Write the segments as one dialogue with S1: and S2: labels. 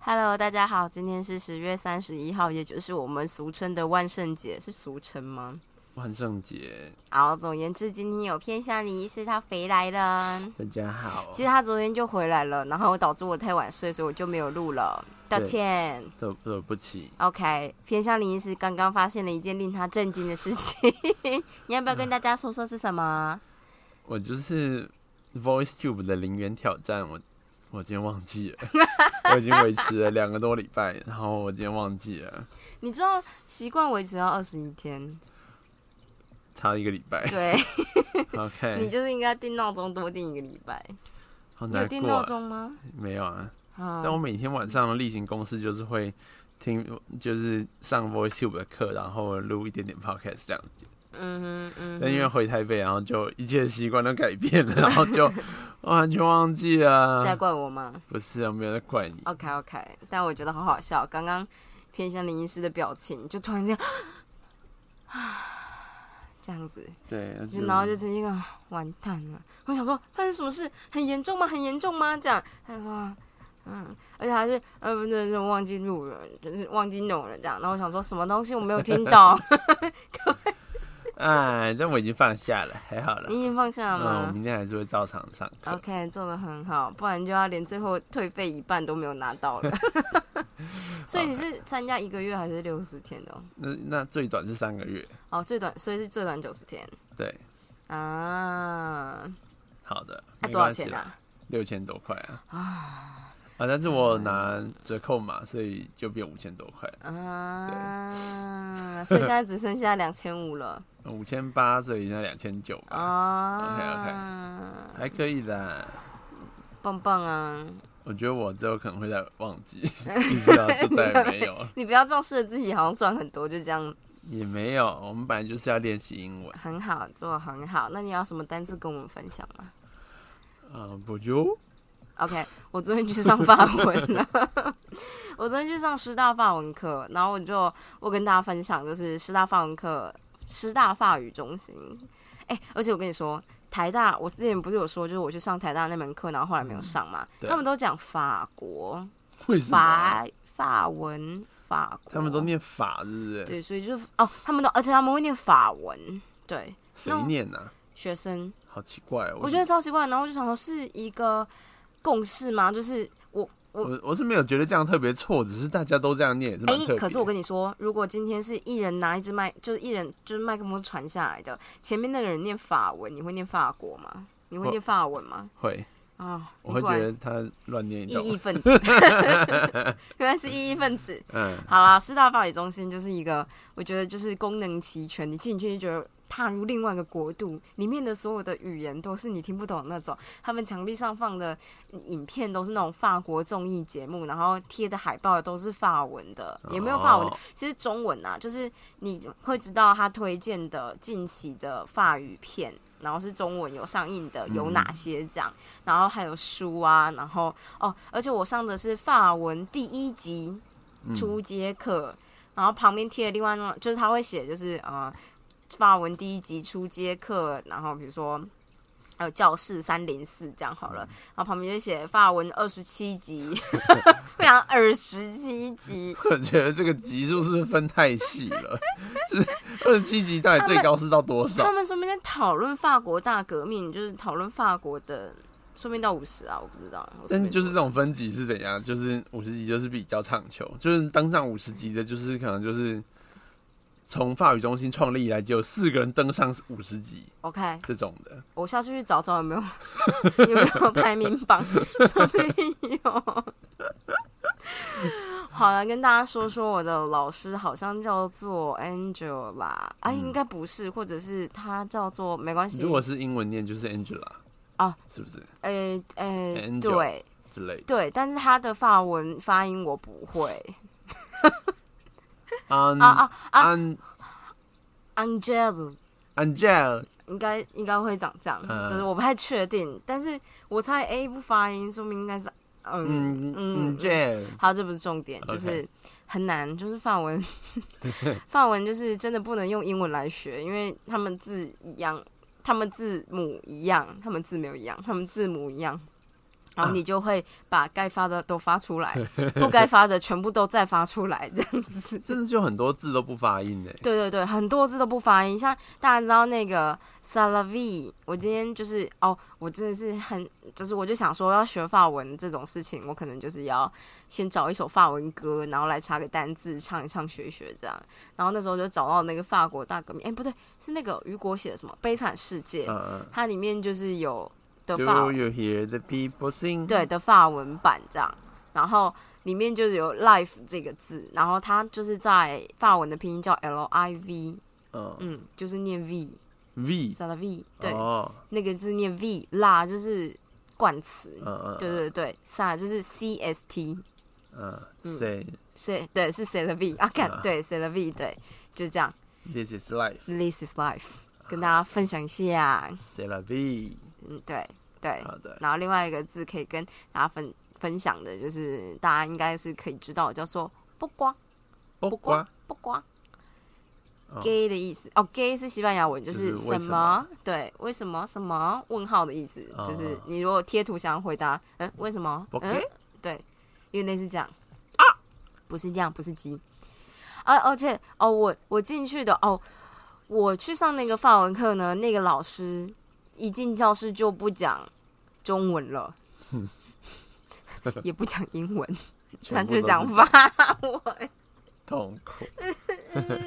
S1: Hello，大家好，今天是十月三十一号，也就是我们俗称的万圣节，是俗称吗？
S2: 万圣节，
S1: 好，总而言之，今天有偏向你，是他回来了。
S2: 大家好。
S1: 其实他昨天就回来了，然后导致我太晚睡，所以我就没有录了，道
S2: 对
S1: 歉。
S2: 对对不起，
S1: OK，偏向林医师刚刚发现了一件令他震惊的事情， 你要不要跟大家说说是什么？
S2: 我就是 Voice Tube 的零元挑战，我我今天忘 记了，我已经维持了两个多礼拜，然后我今天忘记了，
S1: 你知道习惯维持到二十一天，
S2: 差一个礼拜。
S1: 对 你
S2: OK，
S1: 就是应该定闹钟多定一个礼拜。
S2: 好
S1: 你有
S2: 难
S1: 定
S2: 过
S1: 闹
S2: 啊。
S1: 钟吗？
S2: 没有啊，
S1: 啊
S2: 但我每天晚上的例行公事就是会听，就是上 Voice Tube 的课，然后录一点点 Podcast 这样子。
S1: 嗯哼嗯
S2: 但因为
S1: 哼，
S2: 回台北，然后就一切习惯都改变了，然 后就完全忘记
S1: 是在
S2: 了。
S1: 怪我吗
S2: 不是啊，没有在怪你。
S1: ？OK OK，但我觉得好好笑，刚刚偏向林医师的表情，就突然间 这样子，
S2: 对，
S1: 就然后就直接个完蛋了。我想说发生什么事，很严重吗？很严重吗？这样，他就说啊，嗯，而且还是呃，不是，忘记录了，就是忘记弄了这样。然后我想说什么东西我没有听 懂，
S2: 哎，但我已经放下了，还好了。
S1: 你已经放下了
S2: 嗯，我
S1: 吗、哦
S2: 明天还是会照常上课。
S1: o k 做的很好，不然就要连最后退费一半都没有拿到了。所以你是参加一个月还是六十天的哦？
S2: 那那最短是三个月。
S1: 哦，最短，所以是最短九十天
S2: 对，
S1: 啊？
S2: 好的。
S1: 那、
S2: 没
S1: 多少
S2: 关系
S1: 钱
S2: 啦？
S1: 啊？
S2: 六千多块啊。啊。但是我拿折扣码，所以就变五千多块，
S1: 啊，所以现在只剩下两千五了。
S2: 五千八，所以现在两千九
S1: 哦
S2: 吧，
S1: 啊
S2: 还可以的。
S1: 棒棒啊！
S2: 我觉得我之后可能会再忘 记，你知道就再也没有了，
S1: 你不要重视了自己，好像赚很多，就这样
S2: 也没有。我们本来就是要练习英文
S1: 很好，做得很好。那你有什么单字跟我们分享吗
S2: 啊，不就
S1: ？OK，我昨天去上法文了，我昨天去上师大法文课，然后我就我跟大家分享，就是师大法文课，师大法语中心。哎、而且我跟你说，台大，我之前不是有说，就是我去上台大那门课，然后后来没有上嘛，
S2: 嗯对
S1: 他们都讲法国
S2: 为什么啊？
S1: 法法文法国，
S2: 他们都念法，是不是？
S1: 对，所以就是哦，他们都，而且他们会念法文，对
S2: 谁念呢、啊？
S1: 学生，
S2: 好奇怪、哦！
S1: 我觉得超奇怪。然后我就想说，是一个共识吗？就是我我
S2: 我我是没有觉得这样特别错，只是大家都这样念也是
S1: 哎、
S2: 蛮特别。
S1: 可是我跟你说，如果今天是一人拿一支麦，就是一人就是麦克风传下来的，前面那个人念法文，你会念法国吗？你会
S2: 我
S1: 念法文吗？
S2: 会，
S1: 啊、
S2: 我
S1: 你
S2: 会
S1: 果
S2: 觉
S1: 然
S2: 得他乱念一
S1: 异
S2: 通
S1: 议。 分子，原来是异议分子。
S2: 嗯，
S1: 好啦，师大法语中心就是一个，我觉得就是功能齐全，你进去就觉得踏入另外一个国度，里面的所有的语言都是你听不懂的那种。他们墙壁上放的影片都是那种法国综艺节目，然后贴的海报都是法文的，也没有法文的
S2: 哦，
S1: 其实中文啊，就是你会知道他推荐的近期的法语片。然后是中文有上映的有哪些这样，然后还有书啊，然后哦，而且我上的是法文第一集，初阶课，然后旁边贴的另外那种，就是他会写就是呃法文第一级初阶课，然后比如说还有教室三零四这样好了，然后旁边就写法文二十七级， 非常二十七级。
S2: 我觉得这个级数是不是分太细了？ 就是二十七级到底最高是到多
S1: 他
S2: 少？
S1: 们说明在讨论法国大革命，就是讨论法国的，说明到五十啊，我不知道。我随
S2: 但
S1: 便
S2: 是就是这
S1: 说
S2: 种分级是怎样？就是五十级就是比较畅球，就是登上五十级的，就是可能就是从法语中心创立以来只有四个人登上五十级
S1: OK，
S2: 这种的。
S1: 我下次去找找有 没有有没有排名榜，说不定有。 好了，跟大家说说我的老师好像叫做 Angel 啦，啊，应该不是，或者是他叫做没关系
S2: 嗯如，果是英文念就是 Angela
S1: 啊，
S2: 是不是
S1: 诶诶，
S2: Angel
S1: 呃对
S2: 之类的？
S1: 对，但是他的法文发音我不会
S2: 啊
S1: 啊啊啊
S2: 安
S1: ，Angel
S2: Angel，
S1: 应该应该会长这样，
S2: 嗯
S1: 就是我不太确定，但是我猜 A 不发音，说明应该是嗯
S2: 嗯嗯，对，
S1: 好，这不是重点，就
S2: OK
S1: 是很难，就是法 文，法文就是真的不能用英文来学，因为他们字一样，他们字母一样，他们字没有一样，他们字母一样。然后你就会把该发的都发出 来，不该发的全部都再发出来，这样子。
S2: 真的就很多字都不发音哎，
S1: 对对对，很多字都不发音，像大家知道那个 salavi，我今天就是哦，我真的是很，就是我就想说要学法文这种事情，我可能就是要先找一首法文歌，然后来查个单字，唱一唱，学一学这样。然后那时候就找到那个法国大革命，哎，不对，是那个雨果写的什么《悲惨世界》
S2: 嗯
S1: 它里面就是有的
S2: 嗯
S1: 法
S2: ，Do you hear the people sing？
S1: 对的法文版这样，然后里面就是有 life 这个字，然后它就是在法文的拼音叫 L I V。
S2: 嗯
S1: 嗯，就是念 V
S2: ，V，
S1: s a l a V，对，
S2: 哦，
S1: 那个字念 V 啦，就是冠词，
S2: 嗯嗯，
S1: 对对对，sa 就是 C S T，
S2: 嗯，Say
S1: 是，对，是 s a l a V 啊，看
S2: 啊，
S1: 对 s a l a V，对，就这样
S2: this is life，
S1: ，This is life，跟
S2: 啊
S1: 大家分享一下，
S2: say la vie，
S1: 嗯，对对，
S2: 好的，
S1: 然后另外一个字可以跟大家分分享的，就是大家应该是可以知道的，叫做不瓜
S2: 不
S1: 不瓜，不瓜。
S2: 哦
S1: gay 的意思哦，gay 是西班牙文，就
S2: 就是是
S1: 什
S2: 为什
S1: 么
S2: 么？
S1: 对，为什么什么？问号的意思，
S2: 哦
S1: 就是你如果贴图想要回答，嗯，为什么？
S2: 不
S1: 嗯
S2: gay，
S1: 对，因为类似这样啊，不是这样，不是鸡，而、而且哦，我我进去的哦，我去上那个法文课呢，那个老师一进教室就不讲中文了， 也不讲英文，嗯他
S2: 全部
S1: 就
S2: 都是
S1: 讲法文。
S2: 痛苦，
S1: 哎、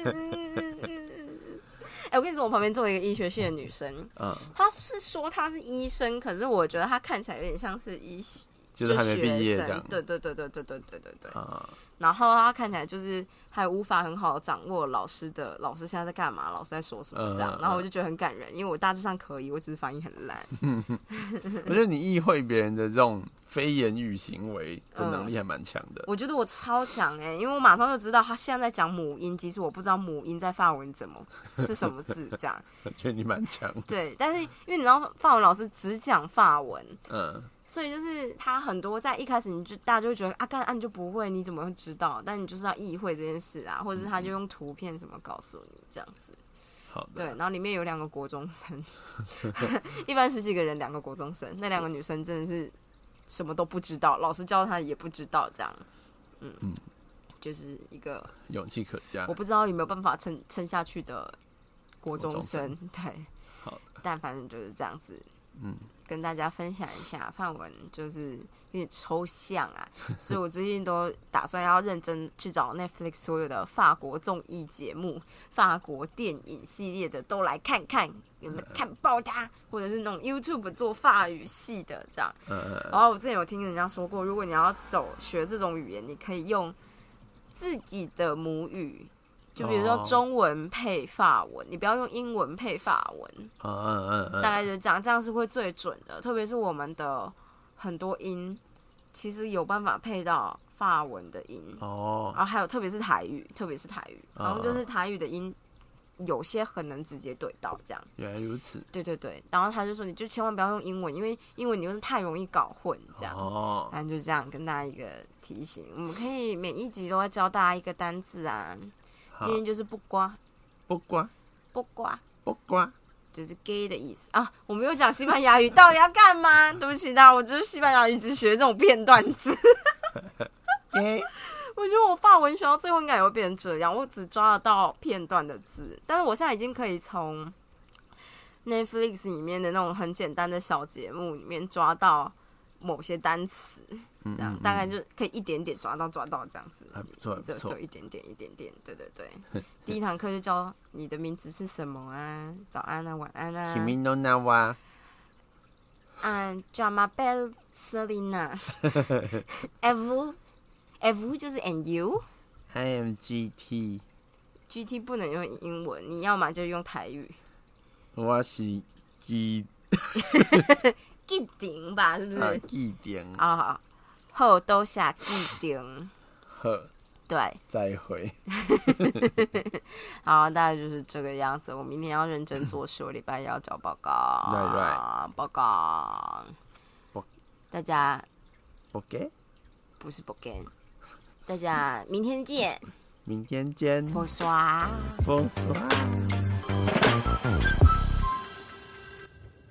S1: 我跟你说，我旁边坐一个医学系的女生，
S2: 嗯，
S1: 她是说她是医生，可是我觉得她看起来有点像是医，
S2: 就是还没
S1: 学
S2: 毕业这
S1: 生
S2: 样，
S1: 对对对对对对对对对。
S2: 啊，
S1: 然后她看起来就是还无法很好的掌握老师的老师现在在干嘛，老师在说什么这样。
S2: 嗯嗯
S1: 然后我就觉得很感人，因为我大致上可以，我只是反应很烂。
S2: 我觉得你意会别人的这种非言语行为的能力还蛮强的，
S1: 我觉得我超强哎、因为我马上就知道她现在在讲母音，即使我不知道母音在法文怎么是什么字这样。
S2: 我觉得你蛮强，
S1: 对，但是因为你知道法文老师只讲法文，
S2: 嗯，
S1: 所以就是他很多在一开始你就大家就会觉得啊，干啊你就不会，你怎么会知道？但你就是要意会这件事啊，或者是他就用图片什么告诉你这样子。
S2: 好
S1: 对，
S2: 的，
S1: 然后里面有两个国中生，一般十几个人，两个国中生，那两个女生真的是什么都不知道，老师教她也不知道这样。嗯
S2: 嗯
S1: 就是一个
S2: 勇气可嘉
S1: 我，不知道有没有办法撑撑下去的国
S2: 中
S1: 中生， 对，
S2: 好的
S1: 但反正就是这样子，
S2: 嗯，
S1: 跟大家分享一下范文，就是有点抽象啊， 所以我最近都打算要认真去找 Netflix 所有的法国综艺节目、法国电影系列的都来看看，有没有看爆它，或者是那种 YouTube 做法语系的这样。
S2: 嗯嗯
S1: 然后我之前有听人家说过，如果你要走学这种语言，你可以用自己的母语，就比如说
S2: 哦
S1: 中文配法文，你不要用英文配法文，
S2: 嗯嗯嗯
S1: 大概就是这样，这样是会最准的。特别是我们的很多音，其实有办法配到法文的音，
S2: 哦
S1: 然后还有特别是台语，特别是台语，
S2: 哦
S1: 然后就是台语的音。有些很能直接对到，这样，
S2: 原来如此，
S1: 对对对。然后他就说，你就千万不要用英文，因为英文你就是太容易搞混，这样。
S2: 哦，
S1: 反正就这样跟大家一个提醒，我们可以每一集都会教大家一个单字啊。
S2: 好
S1: 今，天就是不瓜
S2: 不瓜
S1: 不瓜，
S2: 不瓜，
S1: 就是 gay 的意思啊。我没有讲西班牙语，到底要干嘛？ 对不起大家，我就是西班牙语只学这种片段字。
S2: 耶，
S1: 我觉得我法文学到最后应该也会变成这样，我只抓得到片段的字，但是我现在已经可以从 Netflix 里面的那种很简单的小节目里面抓到某些单词，
S2: 嗯
S1: 这样、大概就可以一点点抓到抓到这样子。
S2: 还不错还
S1: 只
S2: 不
S1: 有只
S2: 错
S1: 有，一点点，一点点，对对对。 第一堂课就教你的名字是什么啊，早安啊，晚安啊。
S2: 君の名は
S1: 啊 j a m a b e l Selina，E V E V 就是 And you。
S2: I am GT，
S1: G T 不能用英文，你要么就用台语，
S2: 我是 G
S1: 一定吧，是不是？
S2: 啊 G 点
S1: 啊好，后都下一定，
S2: 呵，
S1: 对。
S2: 再会，
S1: 好，大概就是这个样子。我明天要认真做事，我礼拜一要交报告。
S2: 对对
S1: 报告
S2: 报。
S1: 大家
S2: OK，
S1: 不是不跟。大家明天见，
S2: 明天见，
S1: 我刷。
S2: 风刷。